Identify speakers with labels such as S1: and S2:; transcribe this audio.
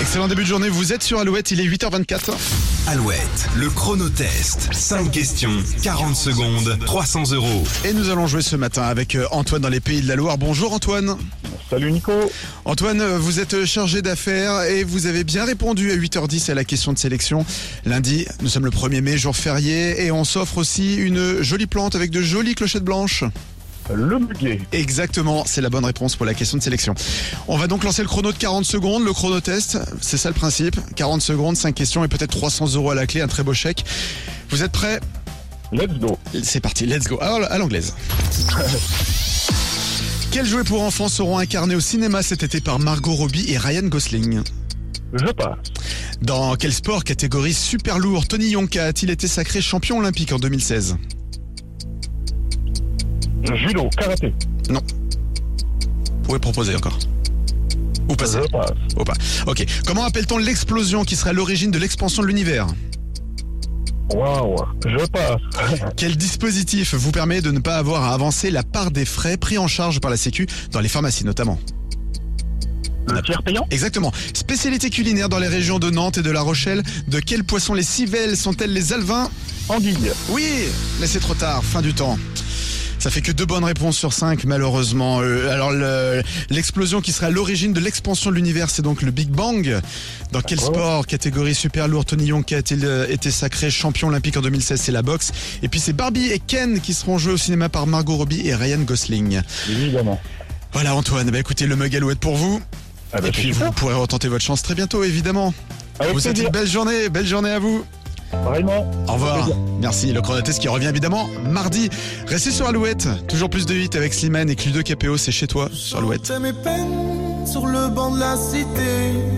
S1: Excellent début de journée, vous êtes sur Alouette, il est 8h24.
S2: Alouette, le chronotest. 5 questions, 40 secondes, 300 euros.
S1: Et nous allons jouer ce matin avec euh, Antoine dans les Pays de la Loire. Bonjour Antoine.
S3: Salut Nico.
S1: Antoine, euh, vous êtes chargé d'affaires et vous avez bien répondu à 8h10 à la question de sélection. Lundi, nous sommes le 1er mai, jour férié, et on s'offre aussi une jolie plante avec de jolies clochettes blanches.
S3: Le buguet.
S1: Exactement, c'est la bonne réponse pour la question de sélection. On va donc lancer le chrono de 40 secondes, le chrono test, c'est ça le principe. 40 secondes, 5 questions et peut-être 300 euros à la clé, un très beau chèque. Vous êtes prêts
S3: Let's go.
S1: C'est parti, let's go. Alors, à l'anglaise. Quels jouets pour enfants seront incarnés au cinéma cet été par Margot Robbie et Ryan Gosling
S3: Je passe.
S1: Dans quel sport catégorie super lourd Tony Yonka a-t-il été sacré champion olympique en 2016
S3: Judo, karaté.
S1: Non. Vous pouvez proposer encore. Ou passer.
S3: Je passe.
S1: Ou pas. Ok. Comment appelle-t-on l'explosion qui sera à l'origine de l'expansion de l'univers
S3: Waouh. Je passe.
S1: Quel dispositif vous permet de ne pas avoir à avancer la part des frais pris en charge par la Sécu dans les pharmacies notamment
S3: Le tiers payant
S1: Exactement. Spécialité culinaire dans les régions de Nantes et de La Rochelle. De quel poisson les civelles sont-elles les alvins
S3: Anguille.
S1: Oui, mais c'est trop tard, fin du temps. Ça fait que deux bonnes réponses sur cinq, malheureusement. Euh, alors, le- l'explosion qui sera à l'origine de l'expansion de l'univers, c'est donc le Big Bang. Dans quel
S3: D'accord.
S1: sport, catégorie super lourd, Tony Yonka a-t-il euh, été sacré champion olympique en 2016 C'est la boxe. Et puis, c'est Barbie et Ken qui seront joués au cinéma par Margot Robbie et Ryan Gosling.
S3: Évidemment.
S1: Voilà, Antoine. Bah, écoutez, le mug Alouette pour vous.
S3: Ah bah,
S1: Et puis, vous
S3: super.
S1: pourrez retenter votre chance très bientôt, évidemment.
S3: Avec
S1: vous souhaite
S3: plaisir.
S1: une belle journée. Belle journée à vous.
S3: Vraiment.
S1: Au revoir.
S3: plaisir.
S1: Merci. Le chronotest qui revient évidemment mardi. Restez sur Alouette. Toujours plus de 8 avec Slimane et Cluedo KPO. C'est chez toi sur Alouette.
S4: J'entais mes peines sur le banc de la cité.